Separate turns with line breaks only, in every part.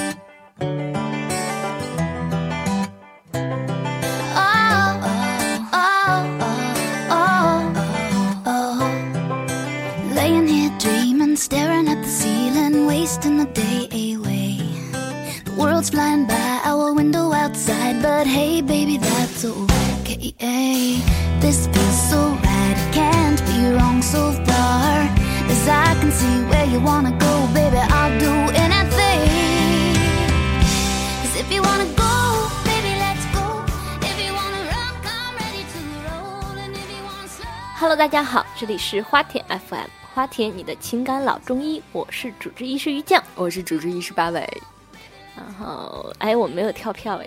Oh, oh, World's flying by our window outside, but hey, baby, that's alright. K-E-A. This feels so right, it can't be wrong so far. As I can see where you wanna go, baby, I'll do anything. Cause if you wanna go, baby, let's go. If you wanna rock, I'm ready to roll. And if you wanna slow.
Hello，大家好，这里是花田 FM，花田你的情感老中医，我是主治医师于酱。
我是主治医师八尾
然后，哎，我没有跳票哎。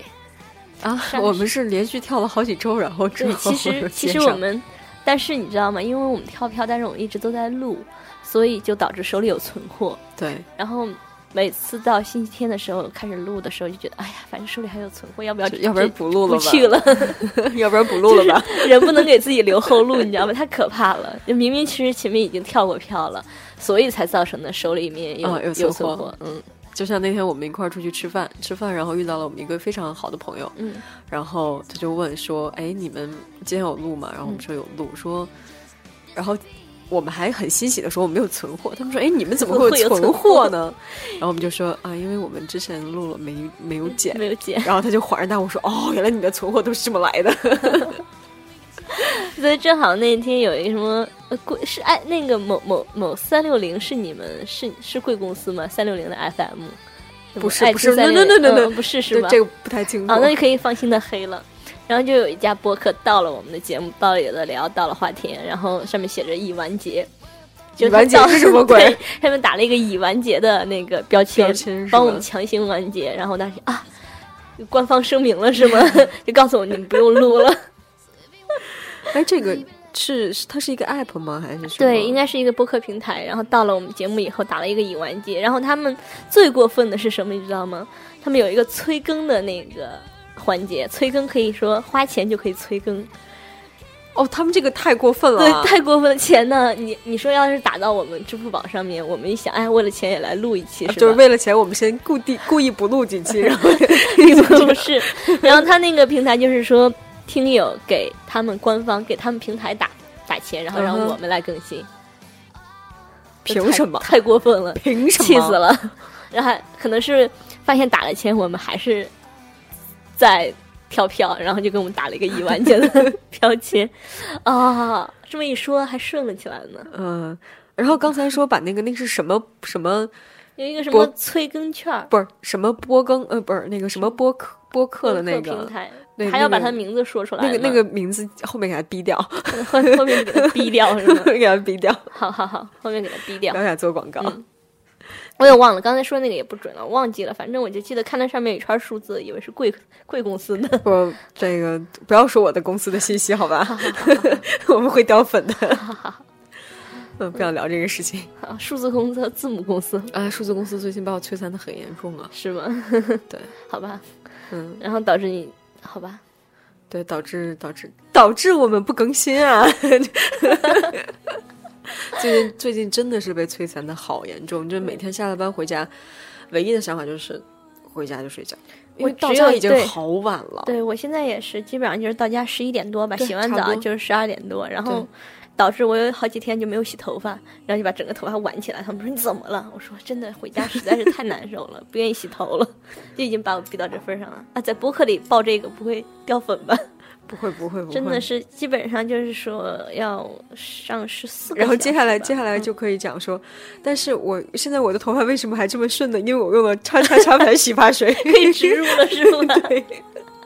啊，
上
我们是连续跳了好几周，然后之
对，
后
其实
又
其
接
实
上
我们，但是你知道吗？因为我们跳票，但是我们一直都在录，所以就导致手里有存货。
对
然后每次到星期天的时候开始录的时候，就觉得哎呀，反正手里还有存货，要不要
就要不然
这
不录了
不去
吧
了，
要不然不录了吧？
人不能给自己留后路，你知道吗？太可怕了！就明明其实前面已经跳过票了，所以才造成的手里面有、
啊有
有
存货
货。嗯
就像那天我们一块儿出去吃饭，吃饭然后遇到了我们一个非常好的朋友，
嗯，
然后他就问说：“哎，你们今天有录吗？”然后我们说有录，说，然后我们还很欣喜的说我们没有存货。他们说：“哎，你们怎么会
会有
存
存
货
货
呢？”然后我们就说：“啊，因为我们之前录了没没有剪。
没有剪”，
然后他就恍然大悟说：“哦，原来你们的存货都是这么来的。
所以正好那天有一个什么呃贵是哎那个某某某三六零是你们是是贵公司吗？三六零的 FM 吗
不是
爱
不
知
是
360
no, no, no, no, no
嗯不是是
对
吧？
这个不太清楚。
啊，那就可以放心的黑了。然后就有一家播客到了我们的节目，到了有的聊，到了花田，然后上面写着已完结，就
已完结
他到
是什么鬼？
对他们打了一个已完结的那个标签，
标签是吧
帮我们强行完结。然后我当时啊，官方声明了是吗？ 就告诉我你们不用录了。
哎，这个是是它是一个 app 吗？还是什么
对，应该是一个播客平台。然后到了我们节目以后，打了一个已完结。然后他们最过分的是什么，你知道吗？他们有一个催更的那个环节，催更可以说花钱就可以催更。
哦，他们这个太过分了
对
啊，，
太过分了。钱呢？你你说要是打到我们支付宝上面，我们一想，哎，为了钱也来录一期，是吧？
啊就是 为了钱，我们先故地故意不录几期，然后
并不是。然后他那个平台就是说，听友给他们官方给他们平台打打钱，然后让
嗯哼
我们来更新。这
凭
太
什么？
太过分了，
凭什么？
气死！了。 然后还可能是发现打了钱，我们还是在跳票，然后就给我们打了一个一万钱 的标签啊、这么一说，还顺了起来呢。
嗯，然后刚才说把那个那个是什么什么
有一个什
播
么催更券儿，
不是什么播更呃不是那个什么播客播客的那
播客
个
平台
那，
还要把
那个
他名字说出来
那
呢。
个那个名字后面给它逼掉，
后后面给他逼掉是 吗？
给它逼掉，
好好好，后面给他逼掉
不。要给它做广告。
嗯我也忘了，刚才说那个也不准了，忘记了。反正我就记得看到上面有一串数字，以为是贵贵公司 的。
不，这个不要说我的公司的信息 好吧，我们会掉粉的。嗯，不想聊这个事情。
好啊数字公司和字母公司
啊，数字公司最近把我摧残的很严重啊。
是吗？
对，
好吧。
嗯，
然后导致你好吧，
对，导致导致导致我们不更新啊。 最近最近真的是被摧残的好严重，就是每天下了班回家，唯一的想法就是回家就睡觉，因为
我
到
只
家
有
已经
对
好晚了。
对我现在也是，基本上就是到家十一点多吧，
对
洗完
差不
澡
多
就是十二点多，然后
对
导致我有好几天就没有洗头发，然后就把整个头发挽起来。他们说你怎么了？我说真的，回家实在是太难受 了，不愿意洗头了，就已经把我逼到这份儿上了啊！在播客里爆这个不会掉粉吧？
不会不会不会，
真的。是基本上就是说要上十四，
然后接下来接下
来嗯
来就可以讲说，但是我现在我的头发为什么还这么顺呢？因为我用了叉叉叉牌洗发水，
可以植入了是吧？
对，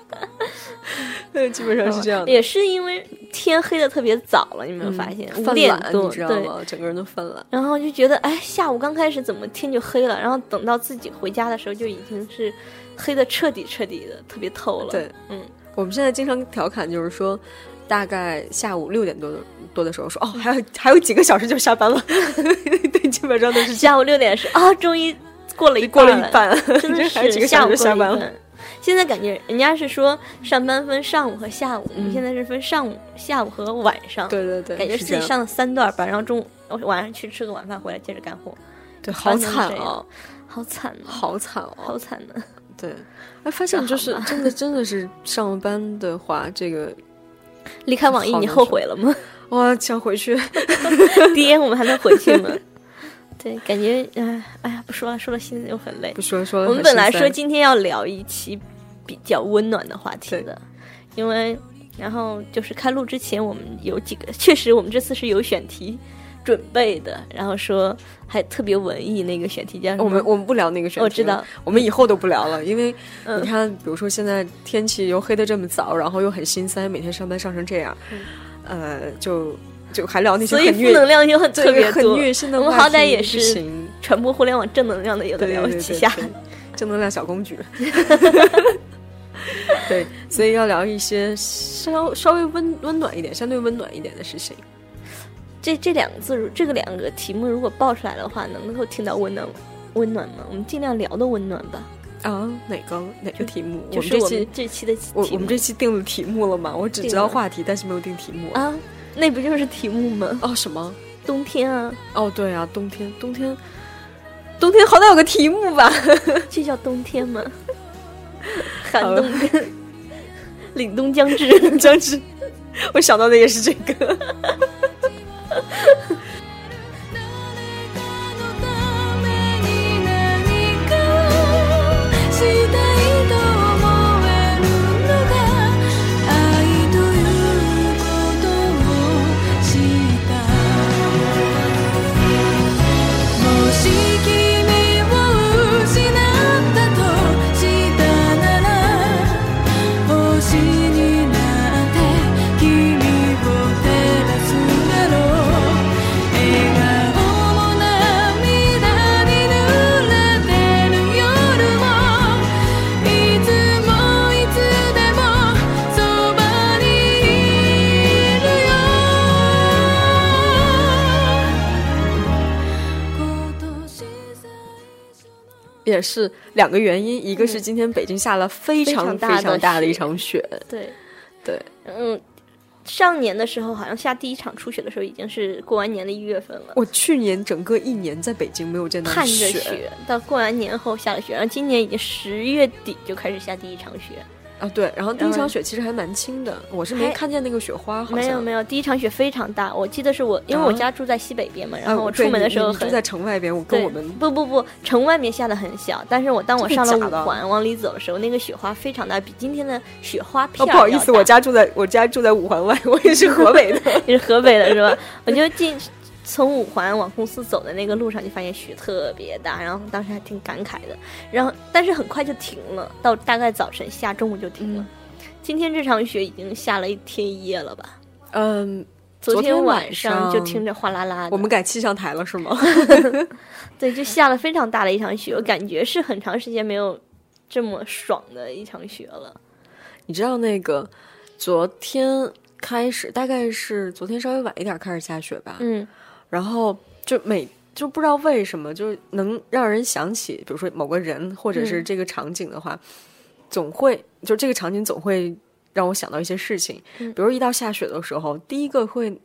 对，基本上是这样的。嗯
也是因为天黑的特别早了，你有没有发现？五
犯
点
懒，
多
你知道
对。
吗？整个人都犯懒。
然后就觉得，哎，下午刚开始怎么天就黑了，然后等到自己回家的时候就已经是黑的彻底彻底的，特别透了。
对，
嗯，
我们现在经常调侃，就是说，大概下午六点多的多的时候说，
嗯
哦，还有还有几个小时就下班了。 对，基本上都是
下午六点是啊，终于过了一
过
半
了一半，
真
就
的
还有几
是
个
下
小
午
时
过
就
了
下
一
班了。
半。嗯现在感觉人家是说上班分上午和下午，我们
嗯
现在是分上午、下午和晚上。，
对对对，
感觉
是
自
这
己
样
上了三段班，然后中午晚上去吃个晚饭回来接着干活，
对，好
全都是
惨
这样
啊，
好惨啊，
好惨啊。
好惨呢、
对，哎，发现就是
好吧
真的真的是上班的话，这个
离开网易，
好
你
难
后
受
悔了吗？
哇想回去，
爹，我们还能回去吗？ 对，感觉哎哎呀，不说了，说了心里又很累
不。说说了
我
很
们本来
心
说
塞
今天要聊一期比较温暖的话题
对
的，因为然后就是开录之前，我们有几个确实我们这次是有选题准备的，然后说还特别文艺那个选题叫什么
我们我们不聊那个选题
嗯
了，
我知道
我们以后都不聊了，因为
嗯
你看，比如说现在天气又黑的这么早，然后又很心塞，每天上班上成这样，呃，就就还聊那些
嗯所以
很
负
虐
能量就很
对
特别
很
多。
虐心的
我
话题，
们好歹也是
不行
传播互联网正能量的有的
对
聊
对对
旗下，
对 正能量小公举。对，所以要聊一些稍稍微温温暖一点、相对温暖一点的事情。
这这两个字如，这个两个题目如果爆出来的话，能够听到温暖温暖吗？我们尽量聊的温暖吧。
啊，哪个哪个题目？
就是
我
我
们这
们
期
这期的
我
题
我们
目
这期定了题目了吗？我只
定
知道
了
话题，但是没有定题目。
啊，那不就是题目吗？
哦，什么？
冬天啊，
哦，对啊，冬天，冬天，冬天好歹有个题目吧？
这叫冬天吗？寒
好了
冬， 凛冬将至。
僵尸，我想到的也是这个。
誰かのために何かをしたいと思えるのが愛ということを知ったもし君を失ったとしたなら星になって君を照らすだろう笑顔も涙に濡れてる夜もいつもいつでもそばにいるよ今年最初の
也是两个原因，一个是今天北京下了非常
嗯非常大的
非常大的
雪
一场雪，
对，
对，
嗯，上年的时候好像下第一场初雪的时候已经是过完年的一月份了，
我去年整个一年在北京没有见到
盼着
雪
雪，到过完年后下了雪，然后今年已经十月底就开始下第一场雪。
啊，对，然后第一
嗯
场雪其实还蛮轻的，我是没
还
看见那个雪花，好像
没有没
有。
有，第一场雪非常大，我记得是我，因为我
啊
家住在西北边嘛，
哎
然后我
对
出门的
你
时候
你住
很
在城外边，我跟
对，
我们
不不不，城外面下的很小，但是我当我
真
上
的
了
假的
五环往里走的时候，那个雪花非常大，比今天的雪花片
哦，
儿
不好意思，
要大
我家住在我家住在五环外，我也 是河北的。
你是河北的是吧？ 我就进从五环往公司走的那个路上，就发现雪特别大，然后当时还挺感慨的。然后但是很快就停了，到大概早晨下，中午就停了。
嗯
今天这场雪已经下了一天一夜了吧？
嗯，昨
昨
天
晚
晚上
就听着哗啦啦的，
我们改气象台了是吗？
对，就下了非常大的一场雪，我感觉是很长时间没有这么爽的一场雪了。
你知道那个昨天开始，大概是昨天稍微晚一点开始下雪吧，
嗯，
然后就每就不知道为什么，就是能让人想起，比如说某个人或者是
嗯
这个场景的话，总会就这个场景总会让我想到一些事情，
嗯
比如一到下雪的时候，第一个会。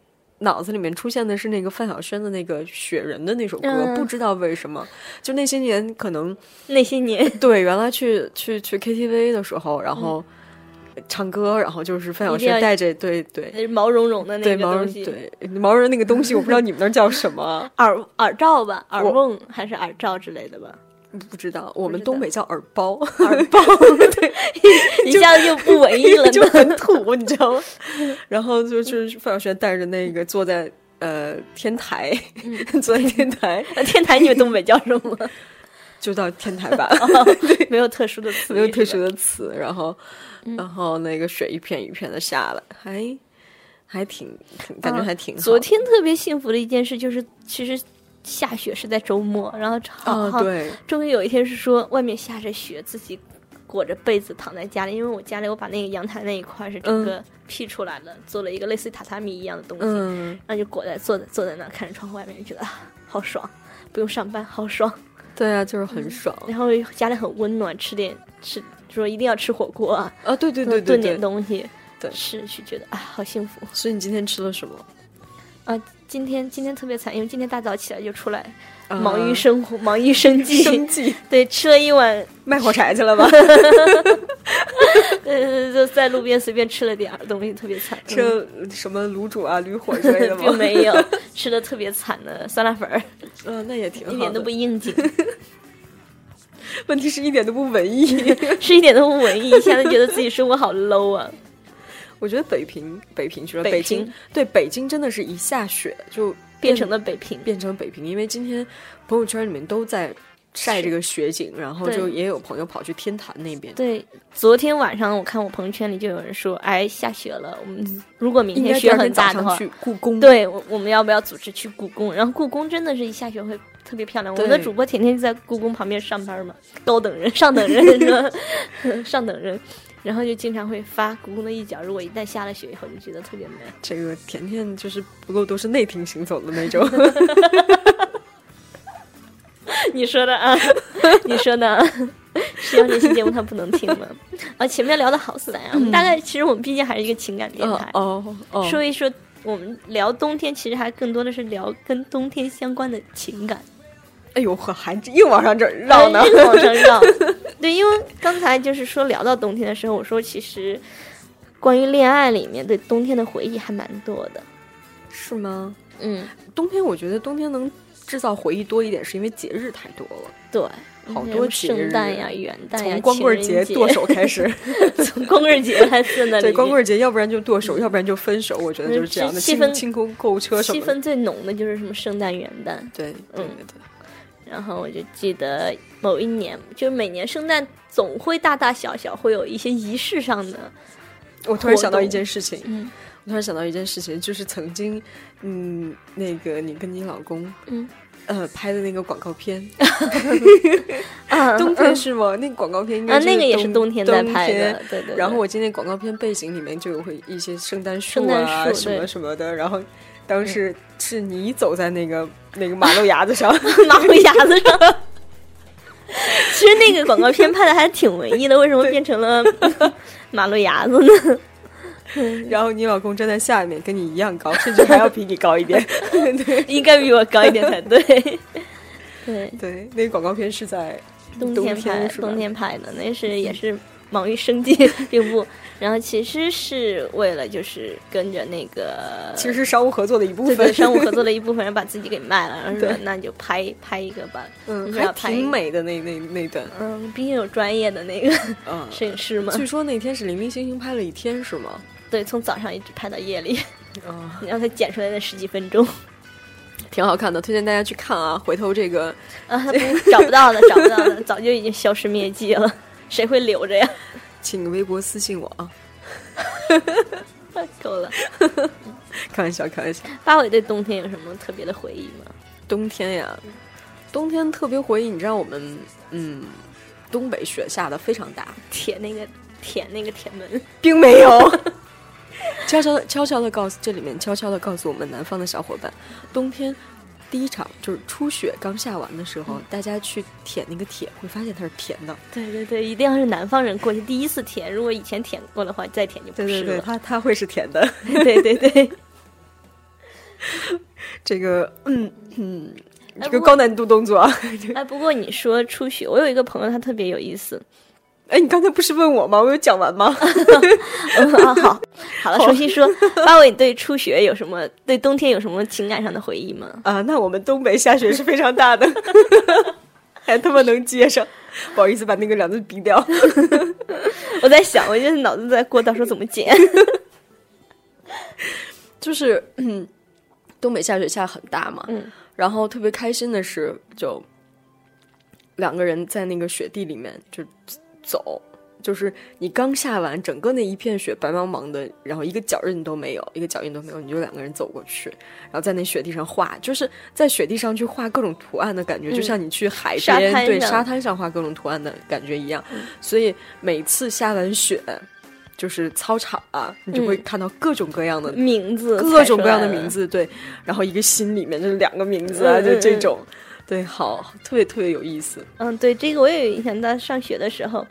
脑子里面出现的是那个范晓萱的那个《雪人》的那首歌，
嗯
不知道为什么，就那些年可能
那些年
对，原来去去去 KTV 的时候，然后唱歌，然后就是范晓
嗯一定要
萱带着对对
那是毛茸茸的那
对
个
毛
东
人
西，，
对毛人那个东西，我不知道你们那儿叫什么
耳耳罩吧，耳
我
瓮还是耳罩之类的 吧，
不知道，我们
知
东
道
北叫耳包，
耳包，对，一下子就不文艺了
就
呢。
很土，你知道吗？然后 就是范晓萱带着那个坐在呃天台，
嗯
坐在天台，
天台，你们东北叫什 么？
就到天台吧。
哦没有特殊的词语，
没有特
是
殊
吧。
的词，然后，
嗯
然后那个雪一片一片的下来，还还挺，挺感觉
啊
还挺好。
昨天特别幸福的一件事就是，其实下雪是在周末，然后好
啊，
好
对，
终于有一天是说外面下着雪，自己裹着被子躺在家里，因为我家里我把那个阳台那一块是整个辟出来了，做了一个类似于榻榻米一样的东西，
嗯，
然后就裹在坐在坐在那儿看着窗户外面，就觉得啊好爽，不用上班，好爽。
对啊，就是很爽
然后家里很温暖，吃点吃说一定要吃火锅啊，
啊！对对对对
炖点
对，
东西，
对
吃是觉得啊好幸福。
所以你今天吃了什么？
啊，今天今天特别惨，因为今天大早起来就出来
啊
忙 于生活，忙于生计，
生计，
对，吃了一碗
卖火柴去了吧？
呃，就在路边随便吃了点儿东西，特别惨。
吃了什么卤煮啊、驴火之类的吗？
并没有吃的特别惨的酸辣粉儿，
嗯、那也挺好
一点都
的
不应景，
问题是一点都不文 艺。
是一点都不文艺，一下子觉得自己生活好 low 啊。
我觉得北平，北平去了，
北
北京
平
对北京真的是一下雪就
变成了北平，
变成北平，因为今天朋友圈里面都在晒这个雪景，然后
对
就也有朋友跑去天坛那边，
对，昨天晚上我看我朋友圈里就有人说，哎，下雪了，我们如果明
应该
天
第
雪
二
很
天早
大的
上
话，
去故宫，，
对，我我们要不要组织去故宫？然后故宫真的是一下雪会特别漂亮。我们的
对
主播天天就在故宫旁边上班嘛，高等人、上等人是吧？ 上等人，然后就经常会发故宫的一角。如果一旦下了雪以后，就觉得特别美。
这个甜甜就是不露都是内廷行走的 那种。
你说的啊， 你说的、啊。 希望这期节目他不能听吗？啊，前面聊的好散啊，我们大概其实我们毕竟还是一个情感电
哦
台，
哦哦，
说一说我们聊冬天，其实还更多的是聊跟冬天相关的情感。
哎呦呵，还硬往上这儿绕呢
哎。硬往上绕。对，因为刚才就是说聊到冬天的时候，我说其实关于恋爱里面对冬天的回忆还蛮多的。
是吗？
嗯，
冬天我觉得冬天能制造回忆多一点，是因为节日太多了，
对。
好
那
多
什
节
么嗯
日啊
圣诞呀、元旦呀、
从光棍
情人节
节剁手， 开始。
从 光棍节还算在里
对，
面
光棍节要不然就剁手，要不然就分手，我觉得就是这样的。
嗯气氛
清清空购物车什
气
么的。
氛最浓的就是什么圣诞、元旦。
对，对
嗯
对对。
然后我就记得某一年，就是每年圣诞总会大大小小会有一些仪式上的，
我突然想到
活动
一件事情，
嗯
我突然想到一件事情，就是曾经，嗯，那个你跟你老公，
嗯
呃，拍的那个广告 片，
啊
冬天是吗？那个广告片应该
啊，
就
那个也是冬
嗯冬
天在拍。
冬
的
天，
对对对。
然后我记得那广告片背景里面就有会一些圣诞树
圣诞
啊
树
什么
对
什么的，然后当时是你走在那 个那个马路牙子上，
马路牙子上。 其实那个广告片拍的还挺文艺的，为什么变成 了马路牙子呢？
然后你老公站在下面跟你一样高，甚至还要比你高一点。对
应该比我高一点才对。 对，
对，那个广告片是在
冬
冬
天
天
拍，
是吧
冬天拍的，那是也是忙于生计 这部，然后其实是为了就是跟着那个
其实是商务合作的一部
对
分
对，商务合作的一部分，然后把自己给卖了，然后说
对
那就拍拍一个吧，
嗯，
就是
还
要拍一
挺
个。
美的那那那段，
嗯，毕竟有专业的那个
嗯。
摄影师嘛，
据说那天是零零星星拍了一天，是吗？
对，从早上一直拍到夜里，
嗯，
你让他剪出来那十几分钟。
挺好看的，推荐大家去看啊。回头这个
啊，不 找不到的，找不到的，早就已经消失灭迹了，谁会留着呀？
请微博私信我啊，
够了。
开玩笑，开玩笑。
八尾对冬天有什么特别的回忆吗？
冬天呀，冬天特别回忆，你知道我们嗯，东北雪下的非常大，
铁那个铁那个铁门，
并没有。 悄悄的悄悄的告诉这里面悄悄的告诉我们南方的小伙伴，冬天第一场就是初雪刚下完的时候，大家去舔那个铁，会发现它是甜的。
对对对，一定要是南方人过去第一次舔，如果以前舔过的话，再舔就不是了。
它它会是甜的。
对对对
这个嗯嗯，
哎
这
不
个
过
高难度动作 啊。
哎，不过你说初雪，我有一个朋友，他特别有意 思。
哎，你刚才不是问我吗？我有讲完吗？
嗯啊，好，好了，重新说，八尾对初雪有什么？对冬天有什么情感上的回忆吗？
啊，那我们东北下雪是非常大的， 还他妈能接上，不好意思把那个两字逼掉。
我在想，我就是脑子在过，到时候怎么剪。
就是嗯东北下雪下很大嘛，
嗯，
然后特别开心的是，就两个人在那个雪地里面就走，就是你刚下完，整个那一片雪白茫茫的，然后一个脚印都没有，一个脚印都没有，你就两个人走过去，然后在那雪地上画，就是在雪地上去画各种图案的感觉，
嗯
就像你去海
沙
边
滩
对
上
沙滩上画各种图案的感觉一样。所以每次下完雪。就是操场啊，你就会
嗯
看到各种各样的
名字，
各种各样的名。字，对，然后一个心里面就是两个名字啊，
嗯
就这
嗯
种，对，好，特别特别有意思。
嗯，对，这个我也有印象。到上学的时候，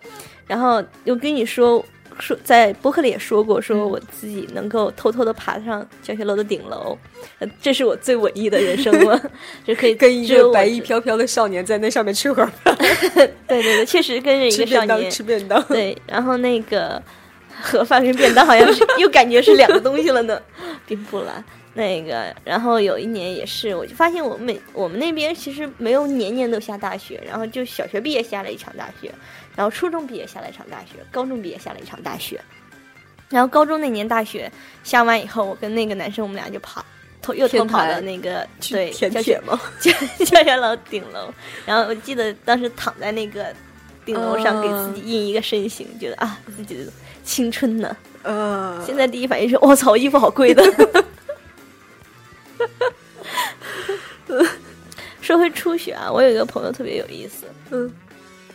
然后我跟你说，说在博客里也说过，说
嗯
我自己能够偷偷的爬上教学楼的顶楼，呃这是我最文艺的人生 了，这可以
跟一
只有
个
我
白衣
知
飘飘的少年在那上面吃盒饭、
对对对，确实跟着一
吃
个少
便当、
年
吃便当。
对，然后那个盒饭跟便当好 像是又感觉是两个东西了呢，并不啦。那个，然后有一年也是，我就发现我们我们那边其实没有年年都下大雪，然后就小学毕业下了一场大雪，然后初中毕业下了一场大雪，高中毕业下了一场大雪。然后高中那年大雪下完以后，我跟那个男生我们俩就跑，偷又偷
天
跑
台
到那个
去
对
舔
教学
铁吗？
就教学楼顶楼，然后我记得当时躺在那个顶楼上，
嗯
给自己印一个身形，觉得啊自己的青春呢。
呃，
现在第一反应是我操，衣服好贵的。 说回初雪啊，我有一个朋友特别有意思，
嗯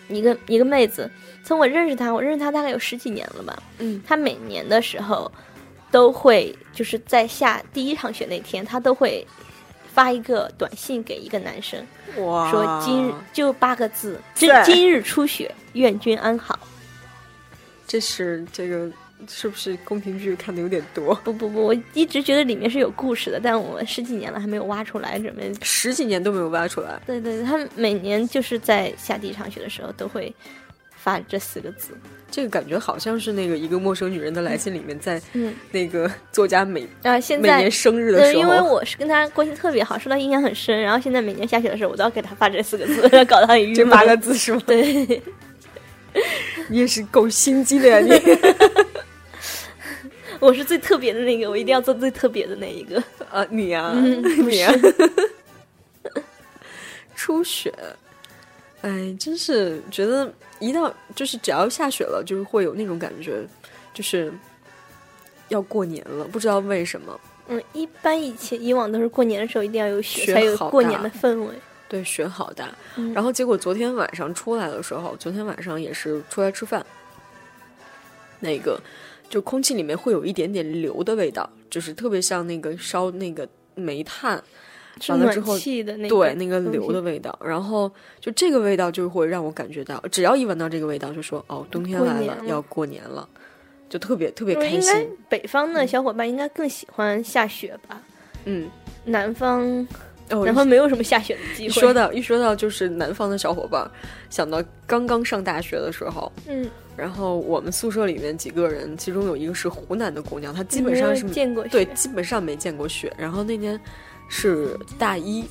一个一个妹子，从我认识她，我认识她大概有十几年了吧。
嗯，
她每年的时候都会就是在下第一场雪那天，她都会发一个短信给一个男生，
哇，
说今日就八个字，今
在
今日初雪，愿君安好。
这是这个是不是宫廷剧看的有点多？
不不不，我一直觉得里面是有故事的，但我十几年了还没有挖出来，准备。
十几年都没有挖出来，
对对，对他每年就是在下第一场雪的时候都会发这四个字。
这个感觉好像是那个一个陌生女人的来信里面，在
嗯，
那个作家每
然后现
每
在
年生日的
对，
时
因为
候，
我是跟他关系特别好，说他印象很深。然后现在每年下雪的时候，我都要给他发这四个字， 搞得他很郁
这
闷。
八个字是吗？
对，
你也是够心机的 呀，你
我是最特别的那个，我一定要做最特别的那一个。
啊，你呀、
嗯不
你呀、 初雪，哎，真是觉得一到就是只要下雪了，就是会有那种感觉，就是要过年了，不知道为什么。
嗯，一般以前以往都是过年的时候一定要有雪，
雪
才有
好
过
大
年的氛围。
对，雪好大。
嗯
然后结果昨天晚上出来的时候，昨天晚上也是出来吃饭，那个就空气里面会有一点点硫的味道，就是特别像那个烧那个煤炭，
是
完了之
暖
后
气的那
对那个
东
硫
西
的味道。然后就这个味道就会让我感觉到，只要一闻到这个味道，就说哦，冬天
过
来
年
了，
了
要过年了，就特别特别
因为
开
应该
心。
北方的小伙伴应该更喜欢下雪吧？
嗯，
南方，
哦，
南方没有什么下雪的机
一
会。
说，到一说到就是南方的小伙伴儿，想到刚刚上大学的时候。
嗯，
然后我们宿舍里面几个人，其中有一个是湖南的姑娘，她基
你
本
没
上
有
是
见过雪
对，基本上没见过雪。然后那年是大一，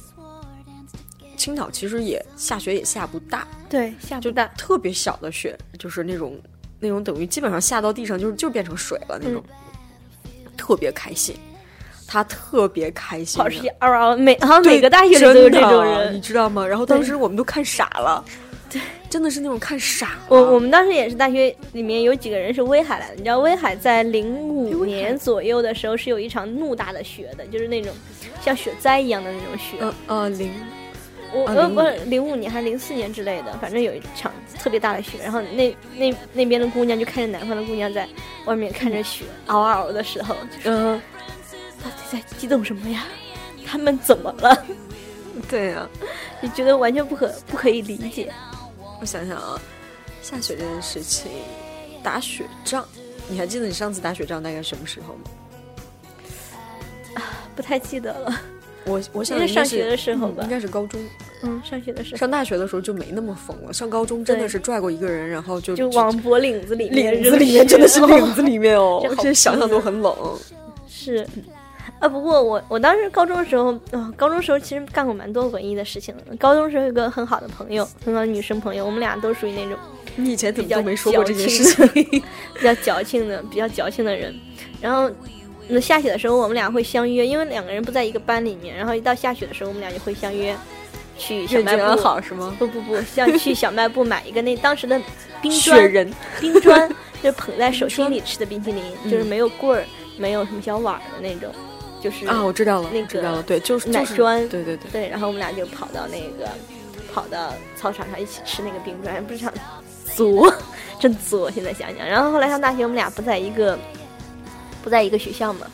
青岛其实也下雪也下不大，
对下
就
不大。
特别小的雪，就是那种那种等于基本上下到地上就是就变成水了那种，
嗯
特别开心。她特别开心
跑
的，
出去嗷嗷，啊每好像
对
每个大学里都有这种
真的你
人。
知道吗？然后当
对
时我们都看傻了，对，真的是那种看傻了。
我我们当时也是大学里面有几个人是威海来的，你知道威海在零五年左右的时候是有一场怒大的雪的，就是那种像雪灾一样的那种雪。
呃呃零
我
啊
呃
05
不是零五年还是零四年之类的，反正有一场特别大的雪，然后那那那边的姑娘就看着南方的姑娘在外面看着雪嗷嗷的时候，就说
嗯、
到底呃在激动什么呀？他们怎么了？
对啊呀、
就觉得完全不可不可以理解。
我想想啊，下雪这件事情，打雪仗，你还记得你上次打雪仗大概什么时候吗？
不太记得了，
我我想
因为
应该
上
是
学的时候
嗯
吧
应该是高中。
嗯，上学的时候
上大学的时候就没那么疯了，上高中真的
对
是拽过一个人，然后就
就往脖领子里面
领
扔
子里面， 真的是
雪
领子里面哦
这，好
这想想都很冷。
是，啊，不过我我当时高中的时候，啊、高中时候其实干过蛮多文艺的事情的。高中时候有个很好的朋友，很好的女生朋友，我们俩都属于那种
你以前怎么
比较
都没说过这件事
矫
情？
比较矫情的、比较矫情的人。然后，那下雪的时候我们俩会相约，因为两个人不在一个班里面，然后一到下雪的时候，我们俩就会相约去小
愿
卖
君安
部。
好是 吗？
不不不，像去小卖部买一个那当时的冰
雪
砖，
人，
冰砖就是捧在手心里吃的冰淇淋，
嗯
就是没有棍儿，没有什么小碗儿的那种，就是
啊，我知道了，
嗯那个
知道了，对，就是
奶
就是
砖
对对对，
对，然后我们俩就跑到那个，跑到操场上一起吃那个冰砖，不是想作，真作。现在想想，然后后来上大学，我们俩不在一个，不在一个学校嘛。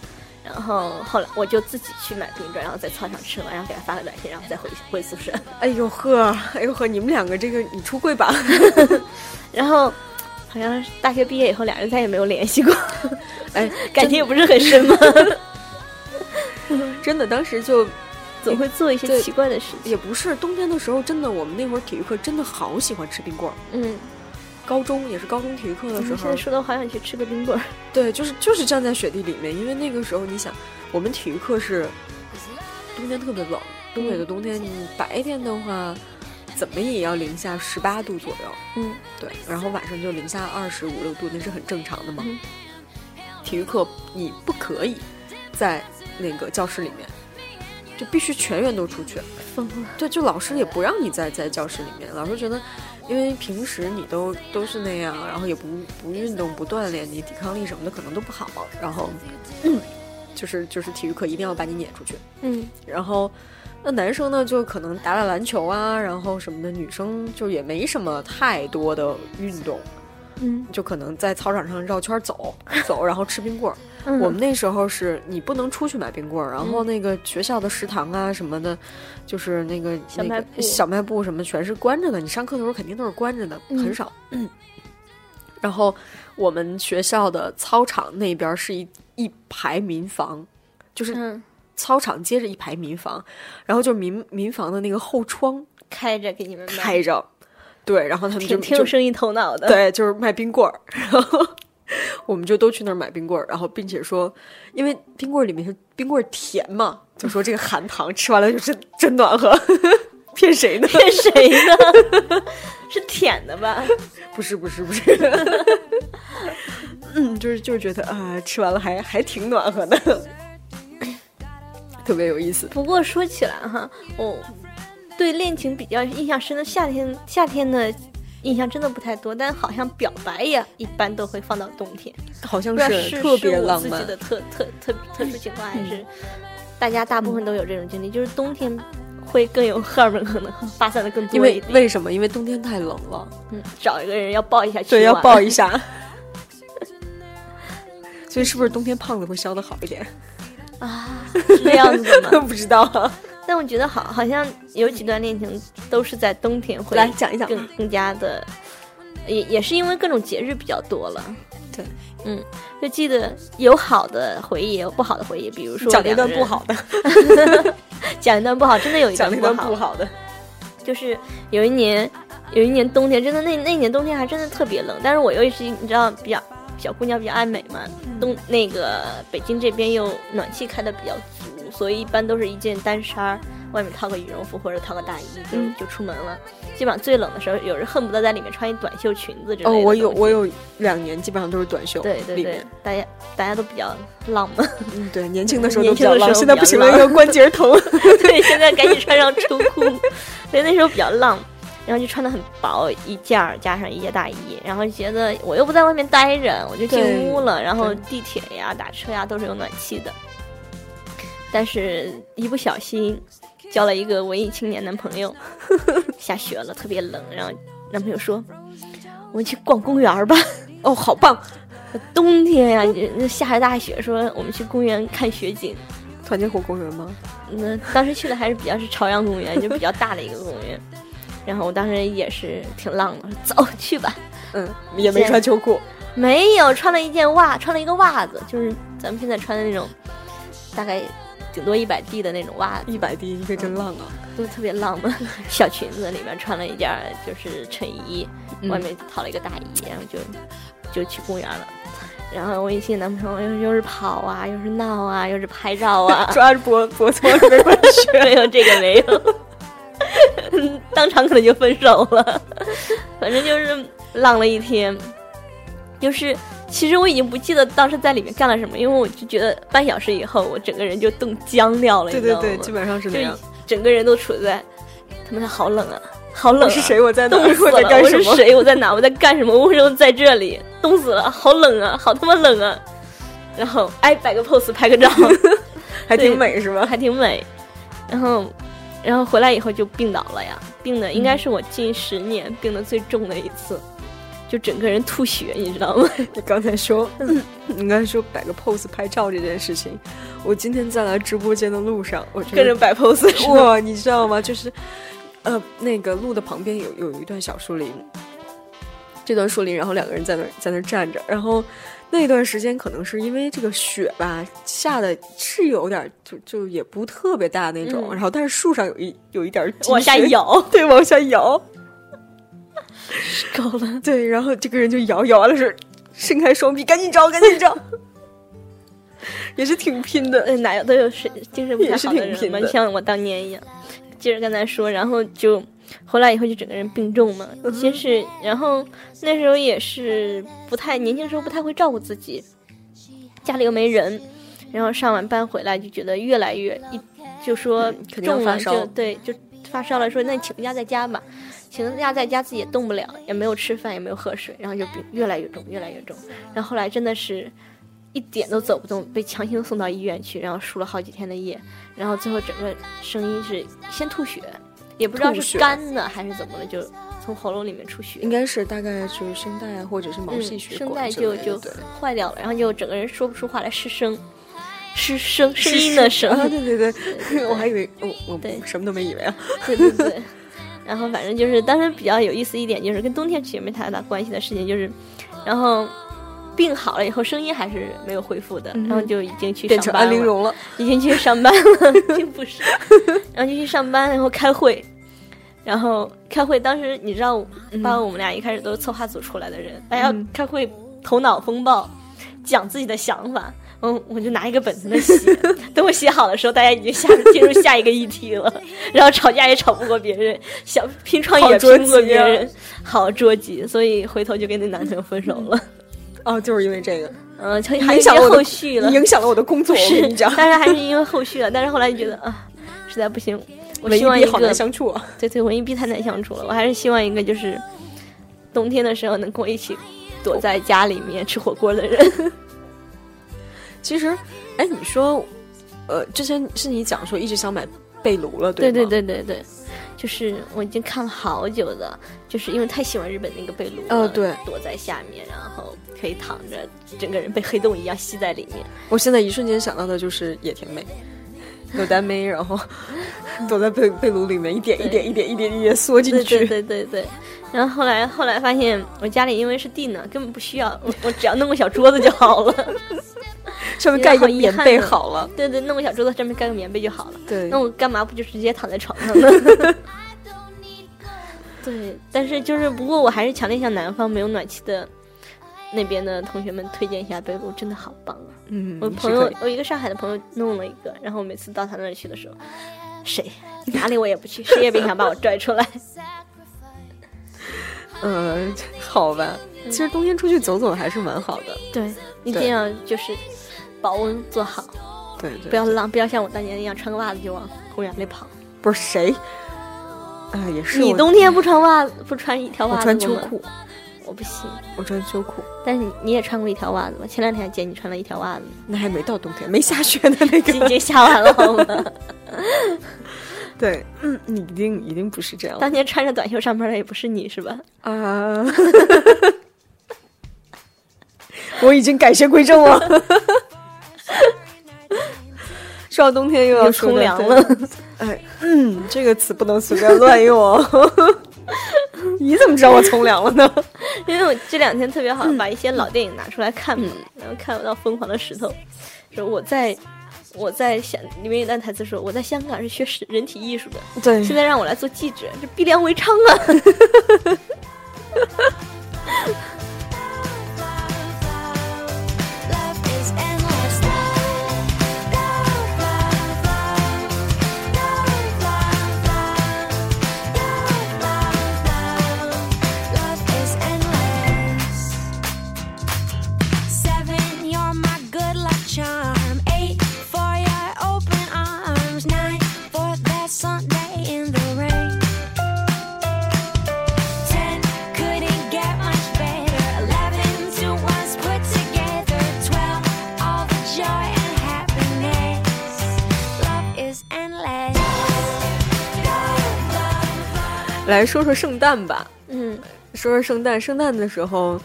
然后后来我就自己去买冰砖，然后在操场吃完，然后给他发个短信，然后再回回宿舍。
哎呦呵，哎呦呵，你们两个这个你出柜吧？
然后好像是大学毕业以后，俩人再也没有联系 过，
哎，
感情也不是很深嘛，
真的当时就
总会做一
对
些奇怪的事情。
也不是冬天的时候，真的我们那会儿体育课真的好喜欢吃冰棍儿。
嗯，
高中也是高中体育课的
嗯
时
现
候
在，说的好想去吃个冰棍儿。
对，就是就是站在雪地里面，因为那个时候你想，我们体育课是冬天特别冷，东
嗯
北的冬天，你白天的话怎么也要零下十八度左右，
嗯，
对，然后晚上就零下二十五六度，那是很正常的嘛
嗯。
体育课你不可以在那个教室里面，就必须全员都出去。
疯了。
对，就老师也不让你在在教室里面，老师觉得，因为平时你都都是那样，然后也不不运动不锻炼，你抵抗力什么的可能都不好，然后，嗯就是就是体育课一定要把你撵出去，
嗯，
然后。那男生呢，就可能打打篮球啊，然后什么的；女生就也没什么太多的运动，
嗯，
就可能在操场上绕圈儿走走，然后吃冰棍儿。
嗯
我们那时候是你不能出去买冰棍儿，然后那个学校的食堂啊什么的，就是那个
小
那
卖
个
部
小卖部什么全是关着的，你上课的时候肯定都是关着的，
嗯
很少。 然后我们学校的操场那边是一一排民房，就是
嗯，
操场接着一排民房，然后就民民房的那个后窗
开着给你们买，
开着，对，然后他们就
挺挺有
就
生意头脑的。，
对，就是卖冰棍儿，然后我们就都去那儿买冰棍儿，然后并且说，因为冰棍儿里面是冰棍儿甜嘛，就说这个含糖吃完了就是真暖和， 骗谁呢？
骗谁呢？是舔的吧？
不是不是 不是，嗯，就是就是觉得啊、吃完了还还挺暖和的，特别有意思。
不过说起来哈，我对恋情比较印象深的夏天，夏天的印象真的不太多，但好像表白呀，一般都会放到冬天，
好像
不知道
是特别
啊是我
浪
自
漫嗯
己，的特特特特殊情况，还是大家大部分都有这种经历，就是冬天会更有荷尔蒙可能发散的更
因
多一
为
点。
为什么？因为冬天太冷了，
嗯找一个人要抱一下，
对，要抱
抱
一。下。 所以是不是冬天胖子会消的好一点？
啊，是这样子的吗？
不知道、
但我觉得好，好像有几段恋情都是在冬天会
来讲一讲。
更更加的，也也是因为各种节日比较多了。
对，
嗯，就记得有好的回忆，也有不好的回忆。比如说
讲一
两
段
个人
不，好的，
讲一段不好，真的有一
讲一
不
段
好。
不好的。
就是有一年，有一年冬天，真的那那一年冬天还真的特别冷。但是我又是你知道，比较小姑娘比较爱美嘛，
嗯
冬那个北京这边又暖气开的比较足，所以一般都是一件单衫儿，外面套个羽绒服或者套个大衣就、
嗯
就出门了。基本上最冷的时候，有人恨不得在里面穿一短袖裙子之类的。
哦，我有我。有两年基本上都是短袖，
对对
里
对
面，
大家大家都比较浪漫，
嗯对，年轻的时候都
年
比
轻
较
的时
浪，
候
现在
比
不
较
行了，
浪
有关节疼。
对，现在赶紧穿上秋裤，所以那时候比较浪，然后就穿的很薄，一件儿加上一件大衣，然后觉得我又不在外面待着，我就进屋了，然后
对
地铁呀、打车呀都是有暖气的，但是一不小心交了一个文艺青年男朋友，下雪了，特别冷，然后男朋友说。我们去逛公园儿吧，
哦，好棒！
冬天呀、你那下着大雪，说我们去公园看雪景，
团结湖公园吗？
那当时去的还是比较是朝阳公园，就比较大的一个公园。然后我当时也是挺浪的，我说走去吧。
嗯，也没穿秋裤，
没有，穿了一件袜，穿了一个袜子，就是咱们现在穿的那种，大概顶多一百 D 的那种袜子，
一百滴，你可真浪啊！
都特别浪漫。小裙子里面穿了一件儿就是衬衣，外面套了一个大衣，然后就就去公园了。然后我一些男朋友又又是跑啊，又是闹啊，又是拍照啊，
抓着脖脖子没关系。
没有这个没有， 当场可能就分手了。反正就是浪了一天，就是其实我已经不记得当时在里面干了什么，因为我就觉得半小时以后我整个人就冻僵掉了，
对对
你
对，基
知道吗？
本上是那样
就。整个人都处在他妈的好冷啊，好冷、
我
啊，
是谁？我在哪儿？
冻死
我在
了！
干
我
什
是
么？
谁？我在哪？我在干什么？我为什么在这里？冻死了，好冷啊，好他妈冷啊！然后哎，摆个 pose，拍个照。
还挺
对
美是吧？
还挺美。然后，然后回来以后就病倒了呀，病的
嗯
应该是我近十年病的最重的一次，就整个人吐血，你知道吗？
你刚才说，嗯你刚才说摆个 pose 拍照这件事情，我今天在来直播间的路上，我觉得
跟着摆 pose 是吧？
哇，你知道吗？就是，呃，那个路的旁边有有一段小树林，这段树林，然后两个人在那儿在那儿站着，然后那段时间可能是因为这个雪吧下的是有点儿就就也不特别大那种，
嗯
然后但是树上有一有一点儿积
往下
雪，
摇，
对，往下摇，
够了，
对，然后这个人就摇摇完了是伸开双臂，赶紧找，赶紧 找，也是挺拼的，
呃，哪有都有是精神不太
也是
好的
挺
人
拼
嘛，
的
就像我当年一样。接着刚才说，然后就回来以后就整个人病重嘛，
嗯
先是然后那时候也是不太年轻时候不太会照顾自己，家里又没人，然后上完班回来就觉得越来越一就说
嗯肯定要
重
发
了
烧
就对就发烧了，说那请假在家吧，请了假在家自己也动不了，也没有吃饭，也没有喝水，然后就病越来越重，越来越重，然后后来真的是。一点都走不动，被强行送到医院去，然后输了好几天的液，然后最后整个声音是先吐血，也不知道
吐
是
血
干的还是怎么了，就从喉咙里面出血
应。该是大概就是声带啊或者是毛
嗯，
细血
声
管
带
之
就
类的
就
对
坏掉了，然后就整个人说不出话来，失声，失声，声音的声，
啊，对对对，我还以为我
对
我什么都没以为啊，
对对对。 然后反正就是当时比较有意思一点，就是跟冬天其实没太大关系的事情，就是，然后病好了以后声音还是没有恢复的，然后就已经去
嗯变
上
成
班
安陵
了，
容了。
已经去上班了，并不是，然后就去上班，然后开会，然后开会。当时你知道，包括我们俩一开始都是策划组出来的人，哎呀，开会头脑风暴，讲自己的想法。嗯，我就拿一个本子在写， 等我写好的时候，大家已经下进入下一个议题了。 然后吵架也吵不过别人，想拼创意也
好捉
拼不过
急
别
啊
人，好捉急。所以回头就跟那男朋友分手了。
哦，就是因为这个，
嗯，就还有
影
一
响
些
了我的
后续了，
影响了我的工作。我
是，
跟你讲，
当然还是因为后续了，但是后来就觉得啊，实在不行，我
文
希望
艺
一
逼好难
个
相处啊。
对对文艺逼太难相处了，我还是希望一个就是冬天的时候能跟我一起躲在家里面吃火锅的人。
其实，哎，你说，呃，之前是你讲说一直想买被炉了，
对对
对吗。
对对对，就是我已经看了好久的，就是因为太喜欢日本那个被褥了，
呃对
躲在下面，然后可以躺着，整个人被黑洞一样吸在里面。
我现在一瞬间想到的就是野田妹。有单妹，然后躲在被被炉里面，一点一点一点一点一点缩进
对对
去。
对对对。然后后来后来发现，我家里因为是地暖，根本不需要，我我只要弄个小桌子就好了。
上面盖一个
好遗
棉
憾
被
呢
好了。
对对，弄个小桌子上面盖个棉被就好了。
对，
那我干嘛不就直接躺在床上呢？ 对，但是就是，不过我还是强烈向南方没有暖气的那边的同学们推荐一下被褥，真的好棒啊！
嗯，
我
是
朋
可
友
以，
我一个上海的朋友弄了一个，然后我每次到他那里去的时候，谁哪里我也不去，谁也别想把我拽出来。
呃，好吧。其实冬天出去走走还是蛮好的。
对，一
对
定要就是保温做好，
对对，
不要浪，不要像我当年一样穿个袜子就往公园里跑。
不是谁，啊，也是
你
我
冬天不穿袜子，不穿一条袜
我
子
穿秋
吗，
裤，
我不行。
我穿秋裤，
但是你你也穿过一条袜子吧？前两天姐你穿了一条袜 子，
那还没到冬天，没下雪的那
已
个。
经下完了好吗？
对，嗯，你一定一定不是这样的
当年穿着短袖上班的也不是你是吧？
啊。 我已经改邪归正了。说到冬天又 要
又
说
冲
到
凉
对
了，
哎，嗯，这个词不能随便乱用哦。 你怎么知道我从良了呢？
因为我这两天特别
嗯
好，把一些老电影拿出来看嘛，然后看到《疯狂的石头》，说我在我在香里面有一段台词说我在香港是学史人体艺术的，
对
现在让我来做记者，这逼良为娼啊！
Love is endless. Love, love, love, love, love, love, love, love, love. Love is endless. Seven, you're my good luck charm. Eight, for your open arms. Nine, for that Sunday in the rain. Ten couldn't get much better. Eleven, two ones put together. Twelve, all the joy and happiness. Love is endless.
来说说圣诞吧。
嗯，
嗯说说圣诞，圣诞的时候，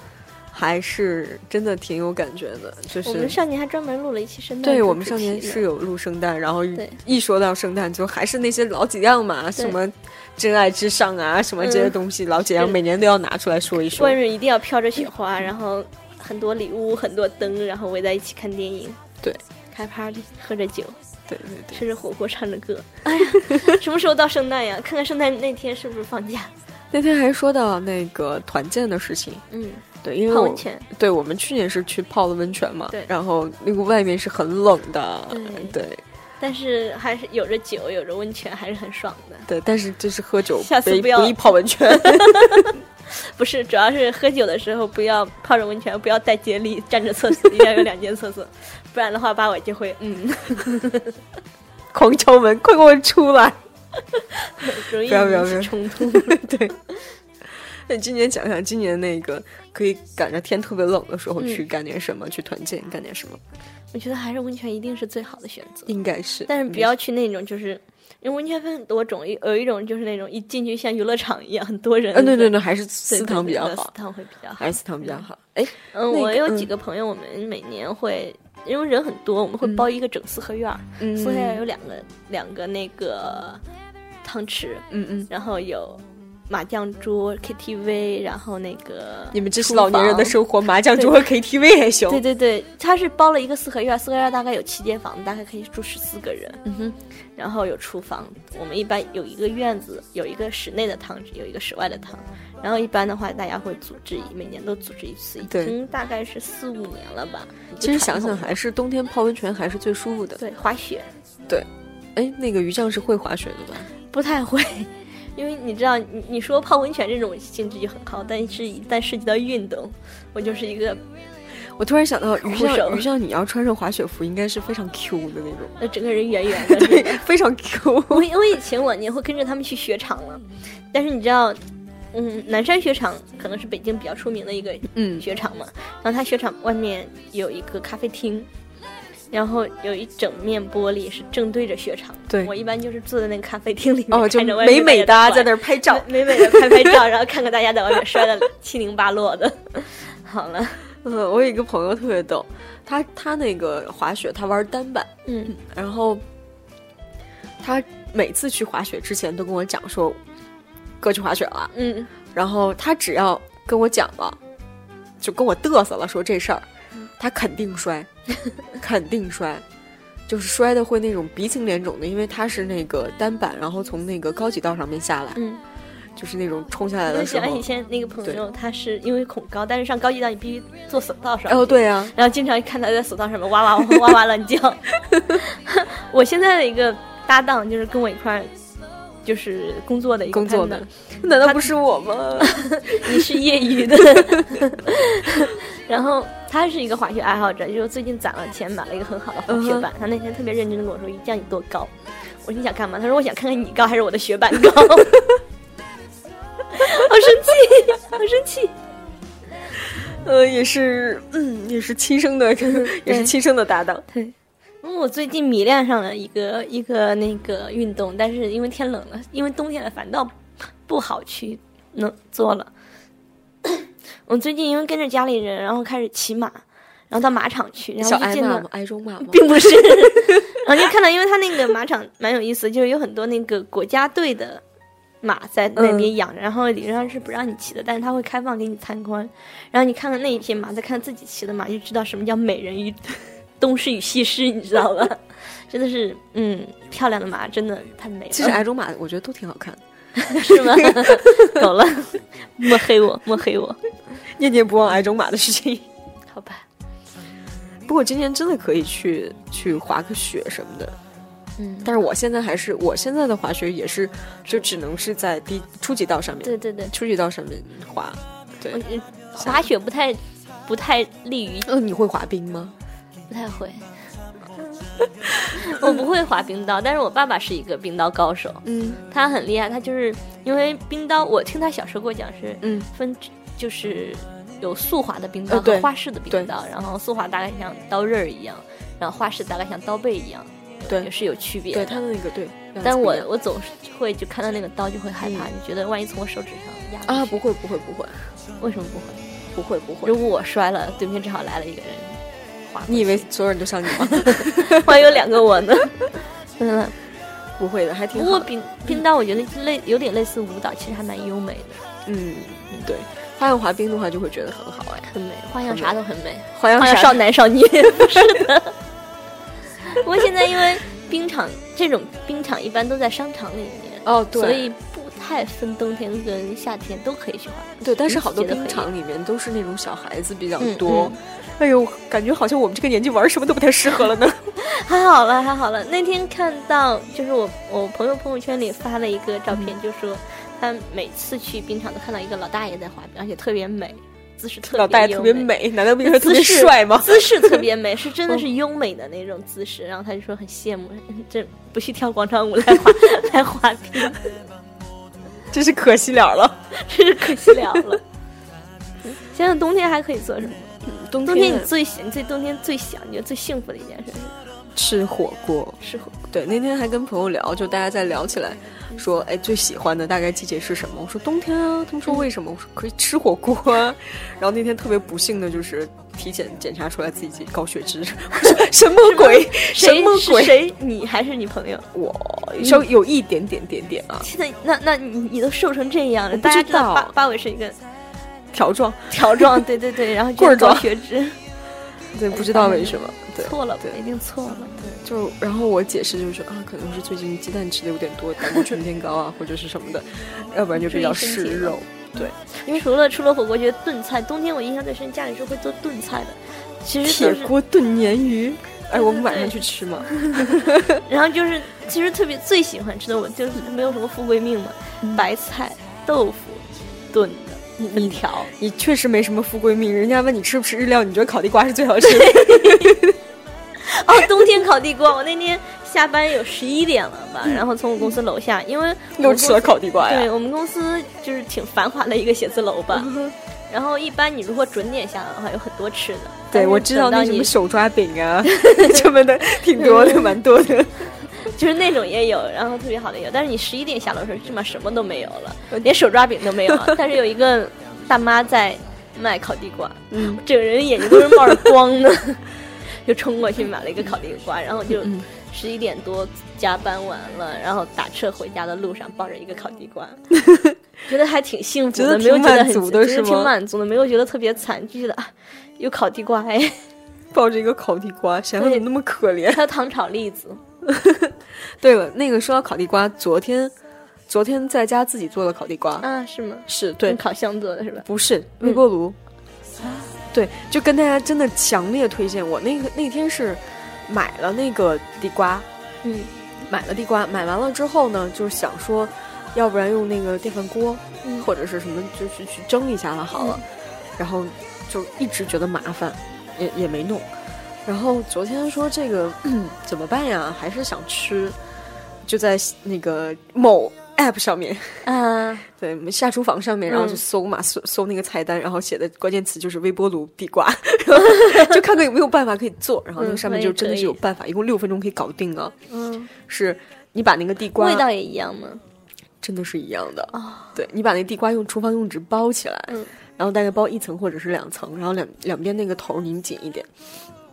还是真的挺有感觉的，就
我们
是。
上年还专门录了一期圣诞这个主题呢，
对我们上年是有录圣诞，然后
对
一说到圣诞，就还是那些老几样嘛，什么真爱至上啊，什么这些
嗯
东西，老几样
是
每年都要拿出来说一说
外。面一定要飘着雪花，然后很多礼物，很多灯，然后围在一起看电影，
对，
开 party，喝着酒，
对对对，
吃着火锅，唱着歌。哎呀， 什么时候到圣诞呀？看看圣诞那天是不是放假？
那天还说到那个团建的事情，
嗯，
对，因为
泡
我
温泉，
对我们去年是去泡了温泉嘛，
对嗯
然后那个外面是很冷的，
对
对
但是还是有着酒，有着温泉，还是很爽的。
对，但是就是喝酒
下次
不宜
不要
宜泡温泉，
不是，主要是喝酒的时候不要泡着温泉，不要带接力，站着厕所一定要有两间厕 所，不然的话八尾就会嗯，
狂敲门，快给我出来！
容易
不要不要不要
引起冲 突。
对，那今年讲讲今年那个可以赶着天特别冷的时
嗯
候去干点什么，去团建干点什么，
我觉得还是温泉一定是最好的选择，
应该是，
但是不要去那种就是。因为温泉分很多种，有有一种就是那种一进去像游乐场一样，很多人。
嗯，对对对，还是私
对
堂
对
比较
对
好
私，汤会比较好
还。是私堂比较好。哎，
嗯，
那
我
个
有
嗯
几个朋友，我们每年会，因为人很多，我们会
嗯
包一个整四合院儿，
嗯
四合院有两个两个那个汤池，
嗯嗯，
然后有麻将桌、KTV，然后那个
你们这是
厨
老年人的
房
生活，麻将桌和 KTV 还行。
对对对，它是包了一个四合院，四合院大概有七间房，大概可以住十四个人。
嗯哼，
然后有厨房，我们一般有一个院子，有一个室内的汤，有一个室外的汤。然后一般的话，大家会组织，每年都组织一次，已
对
经大概是四五年了吧。
其实想想
是
还是冬天泡温泉还是最舒服的。
对滑雪
哎，那个于酱是会滑雪的吧？
不太会，因为你知道，你你说泡温泉这种性质就很好，但是一旦涉及到运动，我就是一个
我突然想到，于
护手
酱，于酱，你要穿上滑雪服，应该是非常 Q 的那种，
呃整个人圆圆的。
对，非常 Q。
我我以前往年会跟着他们去雪场了，但是你知道，嗯，南山雪场可能是北京比较出名的一个
嗯，
雪场嘛，然后它雪场外面有一个咖啡厅，然后有一整面玻璃是正对着雪场。
对
我一般就是坐在那个咖啡厅里面，
哦，就
看着外
美
面
美的
大
啊
家
在那儿 拍照。
美美的拍拍照，然后看看大家在外面摔的 七零八落的。好了，
嗯，我有一个朋友特别逗，他他那个滑雪，他玩单板，
嗯，
然后他每次去滑雪之前都跟我讲说，哥去滑雪了，
嗯，
然后他只要跟我讲了，就跟我嘚瑟了，说这事儿，
嗯
他肯定 摔，肯定摔，就是摔的会那种鼻青脸肿的，因为他是那个单板，然后从那个高级道上面下来，
嗯，
就是那种冲下来
我就
的时
想以
候，
前那个朋友，他是因为恐高，但是上高级道你必须坐索道上。
哦，对呀、啊，
然后经常看他在索道上面哇哇哇哇哇乱 叫。我现在的一个搭档就是跟我一块儿，就是工作的一个
工作
partner
的，难道不是我 吗？
你是业余 的。然后他是一个滑雪爱好者，就是最近攒了钱买了一个很好的滑雪板。
嗯
他那天特别认真的跟我说：“一酱你多高？”我说：“你想干嘛？”他说：“我想看看你高还是我的雪板高。” 好生气，好生气。
呃，也是，嗯，也是亲生的，也是亲生的搭档。
因为我最近迷恋上了一个一个那个运动，但是因为天冷了，因为冬天了，反倒不好去能做了。 我最近因为跟着家里人，然后开始骑马，然后到马场去，然
小
后一
挨
进
骂
了
吗？挨中骂吗？
并不是，然后就看到，因为他那个马场蛮有意思，就是有很多那个国家队的马在那边养着，然后理论上是不让你骑的，但是他会开放给你参观，然后你看看那一匹马，再看自己骑的马，就知道什么叫美人鱼，东施与西施，你知道吧？真的是，嗯，漂亮的马真的太美了，哦
其实挨中骂，我觉得都挺好看的。
是吗？懂了，抹黑我，抹黑我，
念念不忘挨中骂的事情。
好吧，
不过今年真的可以去去滑个雪什么的。
嗯
但是我现在还是，我现在的滑雪也是，就只能是在低初级道上面，
对对对，
初级道上面滑。对
我，呃滑雪不太不太利于
嗯、你会滑冰吗？
不太会。 我不会滑冰刀，但是我爸爸是一个冰刀高手，
嗯
他很厉害。他就是因为冰刀，我听他小时候给我讲是
嗯，
分，就是有速滑的冰刀
呃对
和花式的冰刀，然后速滑大概像刀刃儿一样，然后花式大概像刀背一样，也
对，
是有区别
对，
的。
他的那个对，
但我
样子
我总是会就看到那个刀就会害怕，
嗯
就觉得万一从我手指上压
不一
过
样啊，
去
不会不会不会，
为什么不会？
不会不会
如，果我摔了，对面正好来了一 个人，划过去
你以为所有人都像你吗？
还有两个我呢？ 嗯，
不会的，还挺
不
好
过
的。
冰冰刀我觉得类有点类似舞蹈，其实还蛮优美的，
嗯，对，花样滑冰的话就会觉得很好哎，
很美，花样啥都很美，
花样
嗯花样
啥
少男少女不 是的。不过现在因为冰场这种冰场一般都在商场里面，
哦对，
所以不太分冬天跟夏天都可以去滑。
对，但是好多
节的
冰
可以
场里面都是那种小孩子比较
嗯
多。哎呦，感觉好像我们这个年纪玩什么都不太适合了呢。
还好了，还好了。那天看到，就是我我朋友朋友圈里发了一个照片，就说他每次去冰场都看到一个老大爷在滑冰，而且特别美，姿势特别
老大爷特别
优，
美，难道不就是特别
姿势
帅吗？
姿势特别 美，是真的是优美的那种姿势。然后他就说很羡慕， 嗯这不去跳广场舞来滑来滑冰，
真是可惜了了。
真是可惜了 了。想想冬天还可以做什么？
冬
冬天你最喜，你最冬天最想，你觉得最幸福的一件事是什么
吃火锅，
吃火锅。
对，那天还跟朋友聊，就大家在聊起来，说哎最喜欢的大概季节是什么？我说冬天啊，他们说为什么？我说可以吃火锅啊。
嗯
然后那天特别不幸的就是体检检查出来自己高血脂， 我说什么鬼？什
谁
么
是
鬼？
谁？你还是你朋友？
我稍微有一点点点点啊，
现在那那你你都瘦成这样了，
不
大家
知
知道
道
八八尾是一个
条状，
条 状，对对对，然后
棍儿状
高血脂，
对，不知道为什么，对，
错了，
对
一定错了，对，
就然后我解释就是啊，可能是最近鸡蛋吃的有点多，胆固醇变高啊，或者是什么的，要不然就比较
注意身
湿
体了
肉。
因为除了除了火锅，觉得炖菜，冬天我印象最深，家里是会做炖菜的，其实
铁
都是，
锅炖鲶鱼，哎，我们
对
晚
对
上去吃嘛。
然后就是其实特别最喜欢吃的，我就是没有什么富贵命嘛，
嗯
白菜、豆腐炖的粉条，
你确实没什么富贵命，人家问你吃不吃日料，你觉得烤地瓜是最好吃的。嗯
哦，冬天烤地瓜，我那天下班有十一点了吧，
嗯
然后从我公司楼下，因为我
又
们
吃
公司
了烤地瓜
对
啊呀。嗯
我们公司就是挺繁华的一个写字楼吧，然后一般你如果准点下来的话，有很多吃的。但
对，
是
我知道
等到
那什
你
么手抓饼 啊什么的，挺多的，蛮多的。
就是那种也有，然后特别好的也有，但是你十一点下楼的时候，基本上什么都没有 了，连手抓饼都没有了。但是有一个大妈在卖烤地瓜，
嗯，
整个人眼睛都是冒着光 的，就冲过去买了一个烤地瓜，然后就
嗯
十一点多加班完了，然后打车回家的路上抱着一个烤地 瓜，觉得还挺幸福
觉得
的，没有
挺
觉得
满
很
足的
觉
是
得挺
吗
满足的，没有觉得特别惨，就觉得啊，有烤地瓜哎，
抱着一个烤地瓜，想想怎么那么可怜。
还有糖炒栗子，
对了，那个说到烤地瓜，昨天昨天在家自己做的烤地瓜，
啊是吗？
是对
用，烤箱做的嗯是吧？
不是微波炉。对，就跟大家真的强烈推荐。我那个那天是买了那个地瓜，
嗯，
买了地瓜，买完了之后呢，就是想说，要不然用那个电饭锅，
嗯
或者是什么，就是去蒸一下它好了。然后就一直觉得麻烦，也也没弄。然后昨天说这个、 嗯怎么办呀？还是想吃，就在那个某 app 上面，
啊，
对，下厨房上面，然后就
嗯
搜嘛，搜搜那个菜单，然后写的关键词就是微波炉 地瓜，然后就看看有没有办法可以做。然后那个
嗯
上面
可以
就真的
可
是
以
有办法，一共六分钟可以搞定啊。
嗯，
是你把那个地瓜
味道也一样吗？
真的是一样的，
啊、
对你把那地瓜用厨房用纸包起来，
嗯
然后大概包一层或者是两层，然后两两边那个头拧紧一点，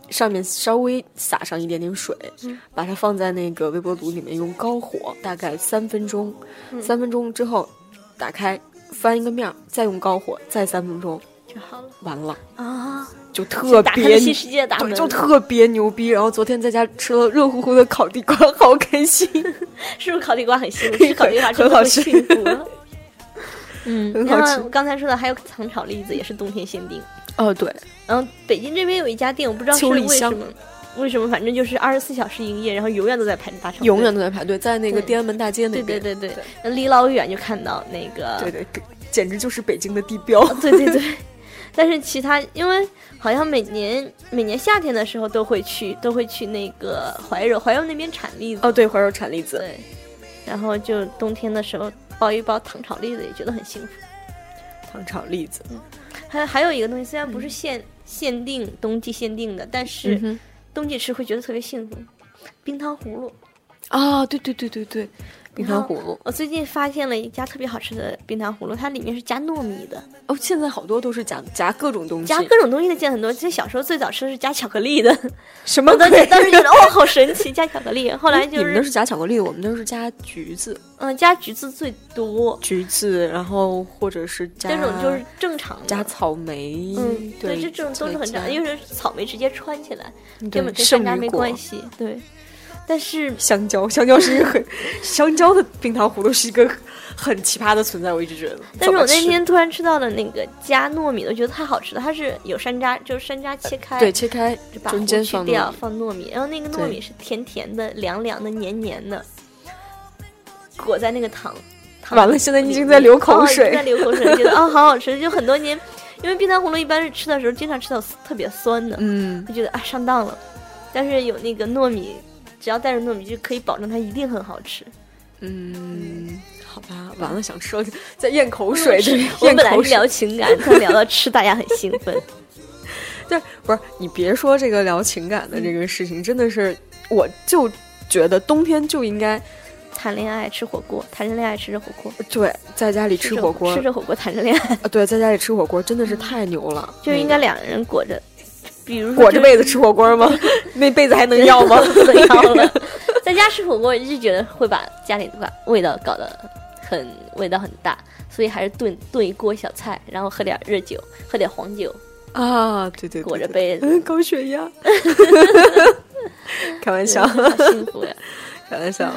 上面稍微撒上一点点水，
嗯
把它放在那个微波炉里面用高火，大概三分钟，
嗯
三分钟之后打开翻一个面儿，再用高火再三分钟，
就好了
完了
啊，
就
就
特
打开
别
了新世界的大
对，
门，
就特别牛逼。然后昨天在家吃了热乎乎的烤地瓜，好 开心，
是不是烤地瓜很幸 福？吃烤地瓜真
很好
的
吃
是幸福 了。嗯，
很好
然
吃
后我刚才说的还有糖炒栗子也是冬天限定，
哦对，
然后北京这边有一家店，我不知道是
秋梨
为
香
什么，为什么反正就是二十四小时营业，然后永远都在排大长队，
永远都在排队，在那个
对
天安门大街那
对
边。
对对对，那离老远就看到那个
对对，给简直就是北京的地标。
啊 对对对，但是其他因为好像每年每年夏天的时候都会去都会去那个怀柔，怀柔那边产栗子，
哦，对，怀柔产栗子，
对，然后就冬天的时候包一包糖炒栗子也觉得很幸福。
糖炒栗子，
嗯还有还有一个东西，虽然不是限、限定冬季限定的，但是
嗯哼
冬季吃会觉得特别幸福。冰糖葫芦，
啊，对对对对对，冰糖葫芦
我最近发现了一家特别好吃的冰糖葫芦，它里面是加糯米的，
哦，现在好多都是夹夹各种东西，
加各种东西的见很多。其实小时候最早吃的是加巧克力的，
什么
我当
鬼
时当时觉 得哦好神奇，加巧克力。后来就
你们那
是
是夹巧克力，我们那是夹橘子，
嗯加橘子最多，
橘子，然后或者是加
这种就是正常的。
加草莓，
嗯，
对，
对，这种都是很
加
常，因为是草莓直接穿起来，
对
根本跟
圣
山楂
女
没
果
关系。对，但是
香蕉，香蕉是一个很香蕉的冰糖葫芦是一个很奇葩的存在，我一直觉得。
但是我那
怎么吃
天突然吃到了那个加糯米的，我觉得太好吃了。它是有山楂，就是山楂切开，
对切开
就把
中
核
间
去
放
掉，
糯米
放糯米，然后那个糯
对
米是甜甜的、凉凉的、黏黏的，裹在那个糖。糖
完了现在你已经在流口
哦已经
水
在流口水，觉得啊、好好吃。就很多年，因为冰糖葫芦一般是吃的时候经常吃到特别酸的，
嗯，
就觉得啊上当了。但是有那个糯米，只要带着糯米，就可以保证它一定很好吃。
嗯，好吧，完了，想吃了，在咽口水，这里
嗯我
咽
们本来
口
是
水
聊。情感，但聊到吃，大家很兴奋。
对，不是你别说这个聊情感的这个事情，真的是，我就觉得冬天就应该
谈恋爱吃火锅，谈着恋爱吃着火锅，
对，在家里吃
着
火锅
吃，着火锅谈着恋爱，
啊对，在家里吃火锅真的是太牛了，
就应该两个人嗯裹着，比如
那
说
个裹
就
着
是
被子吃火锅吗？ 那被子还能 要吗？
不能要了。在家吃火锅，就觉得会把家里的把味道搞得很味道很大，所以还是炖炖一锅小菜，然后喝点热酒，喝点黄酒，
啊，对对对，
裹着
对
被子
嗯，高血压。 开玩笑，
好幸福呀！
开 玩笑，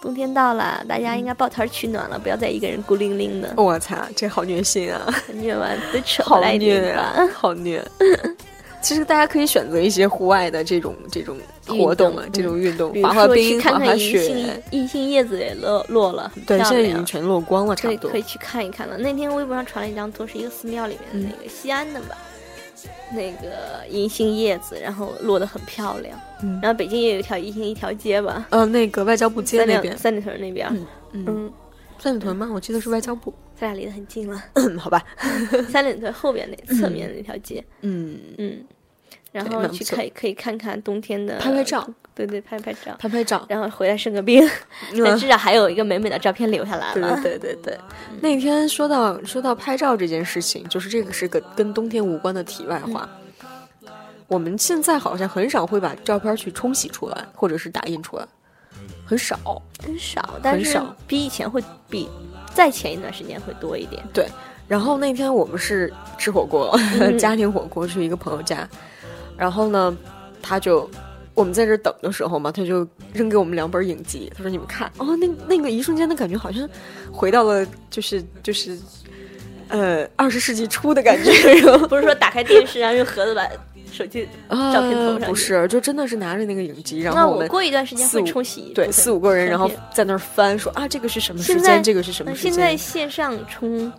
冬天到了，大家应
嗯
该抱团取暖了，不要再一个人孤零零的。
我操，这好虐心啊，
虐完再扯回
好
来一
虐
点
啊
吧。，
好虐。 其实大家可以选择一些户外的这种这种活动
运动，
啊
嗯
这种运动
比，如
滑滑
说去
冰、
看
滑滑
看银
雪
杏，，银杏叶子也落落了，很漂
对，
亮。
现在已经全落光了，差
可
不
以
多
可。以去看一看了。那天微博上传了一张图，是一个寺庙里面的那个西安的吧，那个银杏叶子，然后落得很漂亮。
嗯
然后北京也有一条银杏一条街吧，
呃，那个外交部街
三
那
两
边，
三里屯那边，
嗯嗯，
嗯，
三里屯吗？我记得是外交部。
咱俩离得很近了，
好吧，
三里屯后边那侧面的那条街，
嗯，
嗯，然
对
后
蛮不
去
错
可以可以看看冬天的
拍拍照，
对对，拍拍照。
拍 拍照。
然后回来生个病， 但至少还有一个美美的照片留下来
对
了。嗯
对对对对，那天说到说到拍照这件事情，就是这个是个跟冬天无关的题外话。
嗯
我们现在好像很少会把照片去冲洗出来，或者是打印出来，很少。
很少，但是
少
比以前会比再前一段时间会多一点。
然后那天我们是吃火锅，
嗯
家庭火锅去一个朋友家，然后呢，他就我们在这儿等的时候嘛，他就扔给我们两本影集，他说你们看，哦，那那个一瞬间的感觉好像回到了就是就是。呃，二十世纪初的感 觉，然后
不是说打开电视，然后用盒子把手机
啊
照片投上去。
不是，就真的是拿着那个影集，然
那
后我
我
们
过一段时间
四
会
五
冲洗一
对
部分
四五个人，然后
照片
在那儿翻，说啊，这个是什么
现
时
在
间，这个是什么
那
时
现在
间，
线上冲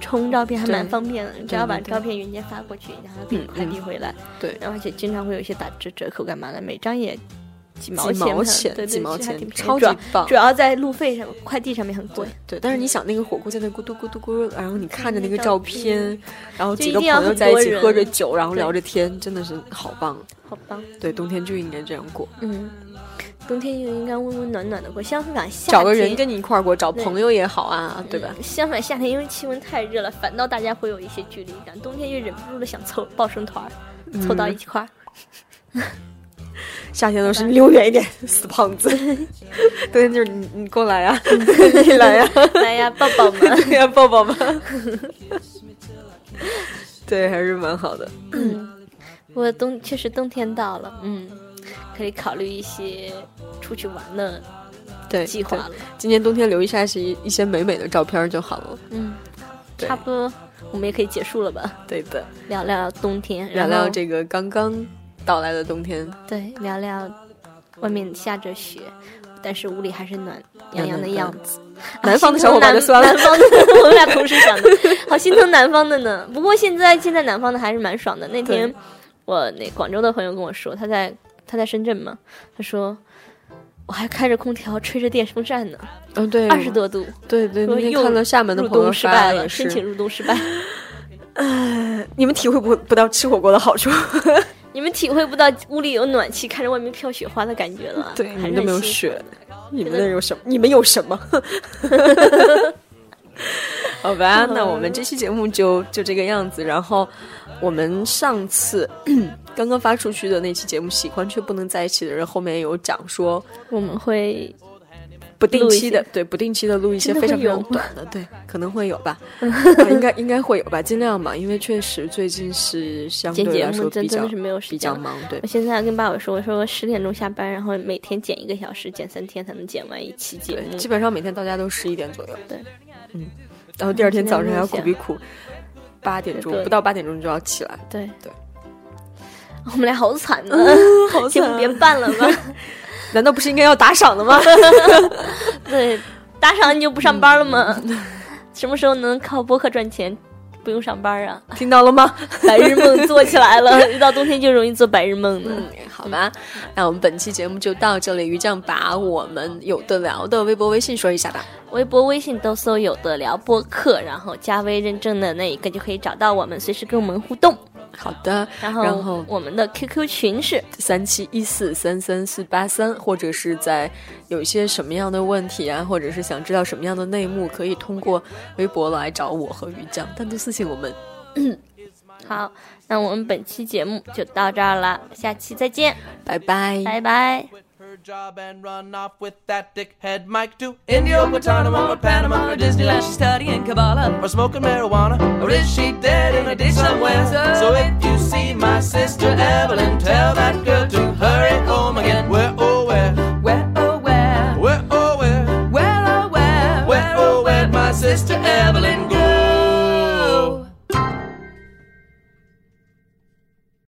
冲照片还蛮
对
方便的，你只要把
对对
照片原件发过去，然后可以
嗯
快递回来。
对
然后而且经常会有一些打折折扣干嘛的，每张也几毛
几
钱吧，
毛钱，
对对，
几毛
其实还
钱
挺，便宜
超
主
级
要
棒
主。要在路费上，快递上面很贵
对。对，但是你想那个火锅在那咕嘟咕嘟咕嘟，然后你看着
那
那个
照
照
片
片，然后
就
几
一
个
定要
朋友
很
在一
多
起喝着
人
酒，然后
对
聊着天，真的是好棒。
好棒，
对，冬天就应该这样过，
嗯，冬天就应该温温暖暖的过。相反，夏
找个人
天
跟你一块儿过，找
对
朋友也好啊，对吧？
嗯相反，夏天因为气温太热了，反倒大家会有一些距离感。冬天就忍不住的想凑抱成团儿，凑
嗯
到一块儿。
夏天都是你离我远一点，死 胖子。冬天就是你你过来呀，
嗯
你来呀，
来哎呀，抱抱嘛！
对呀，抱抱吧。 对，还是蛮好的。
不过嗯冬确实冬天到了，嗯，可以考虑一些出去玩的
对，
计划了
对。今年冬天留下是一一些美美的照片就好了。
嗯，
对
差不多，我们也可以结束了吧？
对的，
聊聊冬天，
聊
然后
聊这个刚刚到来的冬天。
对，聊聊外面下着雪，但是屋里还是暖洋洋的样子。啊
南方的小伙伴就算了
心疼南南方的我们俩同时想的， 好心疼南方的呢。不过现在现在南方的还是蛮爽的。那天
对
我那广州的朋友跟我说，他在他在深圳嘛，他说我还开着空调吹着电风扇呢，
嗯，对，
二十多度，
对对，
说
那天
又
看了厦门的
入
朋友
冬失败
发
了，
也
申请
是，
入冬失败。
你们体会不不到吃火锅的好处，
啊你们体会不到屋里有暖气，看着外面飘雪花的感觉了，啊
对，你
还
们
是
都
很
没有
幸福
雪，你们那有什么？你们有什么？ 好吧，那我们这期节目就就这个样子。然后我们上次 刚刚发出去的那期节目《喜欢却不能在一起的人》后面有讲说，
我们会
不定期
录
的
一些
对不定期的录一些
真的
非常
会
非
有
常
吗
短的，对，可能会有 吧，啊应该应该会有吧，尽量吧，因为确实最近是相
剪
对
节
来
目，
说
真
比
真
较
的是没有时
比
间
较
了。
忙，对
我。现在跟爸爸说，我说我十点钟下班，然后每天剪一个小时，剪三天才能剪完一期节
对，
目
基。本上每天到家都十一点左右。
对，
嗯，然后第二天早上还要
尽
苦
量
逼苦，八点钟
对
不到八点钟就要起来，
对
对，嗯
我们俩好 惨呢，
好
节目别办了吧。
难道不是应该要打赏的 吗？
对，打赏你就不上班了吗？
嗯
什么时候能靠播客赚钱，不用上班啊？
听到了吗？
白日 梦做起来了，一到冬天就容易做白日梦呢。
嗯，好吧，那我们本期节目就到这里。于酱把我们有的聊的微博、微信说一下吧。
微博、微信都搜“有的聊播客”，然后加微认证的那一个就可以找到我们，随时跟我们互动。
好的，
然后，
然后
我们的 QQ 群是
三七一四三三四八三，或者是在有一些什么样的问题啊，或者是想知道什么样的内幕，可以通过微博来找我和于酱单独私信我们。
好。那我们本期节目就到这儿了，下期再见，
拜拜。
拜拜。
quit her job and run off with that dickhead Mike to India or Guantanamo or Panama or Disneyland. She's studying Kabbalah or smoking marijuana or is she dead in a ditch somewhere? So if